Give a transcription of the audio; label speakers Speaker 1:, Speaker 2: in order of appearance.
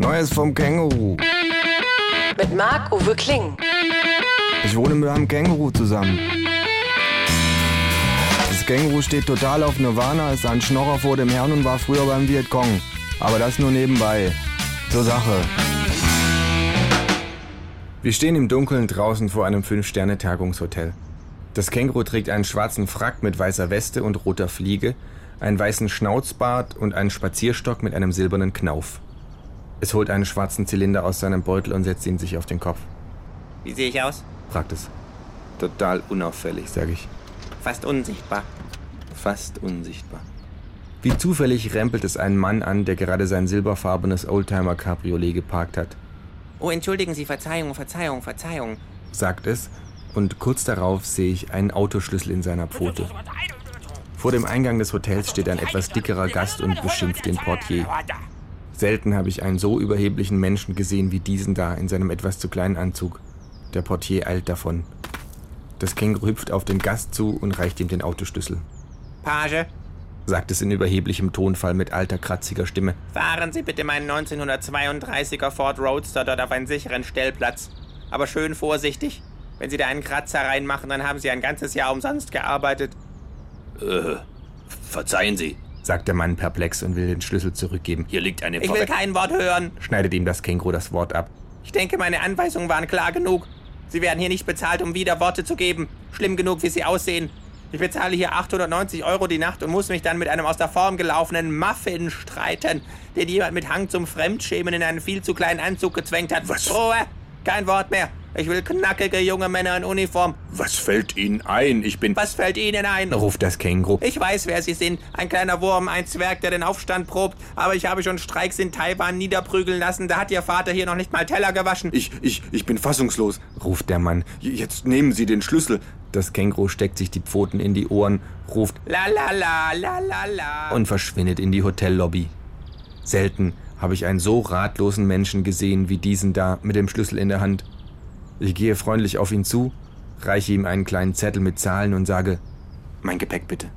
Speaker 1: Neues vom Känguru.
Speaker 2: Mit Marc-Uwe Kling.
Speaker 1: Ich wohne mit einem Känguru zusammen. Das Känguru steht total auf Nirvana, ist ein Schnorrer vor dem Herrn und war früher beim Vietcong. Aber das nur nebenbei. Zur Sache. Wir stehen im Dunkeln draußen vor einem Fünf-Sterne-Tagungshotel. Das Känguru trägt einen schwarzen Frack mit weißer Weste und roter Fliege, einen weißen Schnauzbart und einen Spazierstock mit einem silbernen Knauf. Es holt einen schwarzen Zylinder aus seinem Beutel und setzt ihn sich auf den Kopf,
Speaker 3: Wie sehe ich aus?
Speaker 1: fragt es. Total unauffällig, sage ich.
Speaker 3: Fast unsichtbar.
Speaker 1: fast unsichtbar. Wie zufällig rempelt es einen Mann an, der gerade sein silberfarbenes Oldtimer-Cabriolet geparkt hat,
Speaker 3: Oh, entschuldigen Sie, Verzeihung, Verzeihung, Verzeihung.
Speaker 1: sagt es, und kurz darauf sehe ich einen Autoschlüssel in seiner Pfote. Vor dem Eingang des Hotels steht ein etwas dickerer Gast und beschimpft den Portier. Selten habe ich einen so überheblichen Menschen gesehen wie diesen da in seinem etwas zu kleinen Anzug. Der Portier eilt davon. Das Känguru hüpft auf den Gast zu und reicht ihm den Autoschlüssel,
Speaker 3: Page,
Speaker 1: sagt es in überheblichem Tonfall mit alter, kratziger Stimme.
Speaker 3: fahren Sie bitte meinen 1932er Ford Roadster dort auf einen sicheren Stellplatz. Aber schön vorsichtig. Wenn Sie da einen Kratzer reinmachen, dann haben Sie ein ganzes Jahr umsonst gearbeitet.
Speaker 4: Verzeihen Sie,
Speaker 1: sagt der Mann perplex und will den Schlüssel zurückgeben.
Speaker 4: hier liegt eine
Speaker 3: Ich will kein Wort hören.
Speaker 1: Schneidet ihm das Känguru das Wort ab.
Speaker 3: Ich denke, meine Anweisungen waren klar genug. Sie werden hier nicht bezahlt, um wieder Worte zu geben. Schlimm genug, wie Sie aussehen. Ich bezahle hier 890 Euro die Nacht und muss mich dann mit einem aus der Form gelaufenen Muffin streiten, den jemand mit Hang zum Fremdschämen in einen viel zu kleinen Anzug gezwängt hat.
Speaker 4: Was?
Speaker 3: Ruhe! Kein Wort mehr. Ich will knackige junge Männer in Uniform.
Speaker 4: Was fällt Ihnen ein? Ich bin.
Speaker 3: Was fällt Ihnen ein?
Speaker 1: Ruft das Känguru.
Speaker 3: Ich weiß, wer Sie sind. Ein kleiner Wurm, ein Zwerg, der den Aufstand probt. Aber ich habe schon Streiks in Taiwan niederprügeln lassen. Da hat Ihr Vater hier noch nicht mal Teller gewaschen.
Speaker 4: Ich, ich, ich bin fassungslos.
Speaker 1: ruft der Mann.
Speaker 4: J- Jetzt nehmen Sie den Schlüssel.
Speaker 1: Das Känguru steckt sich die Pfoten in die Ohren, ruft
Speaker 3: La la la la la la.
Speaker 1: und verschwindet in die Hotellobby. Selten habe ich einen so ratlosen Menschen gesehen wie diesen da mit dem Schlüssel in der Hand. Ich gehe freundlich auf ihn zu, reiche ihm einen kleinen Zettel mit Zahlen und sage,
Speaker 4: Mein Gepäck bitte.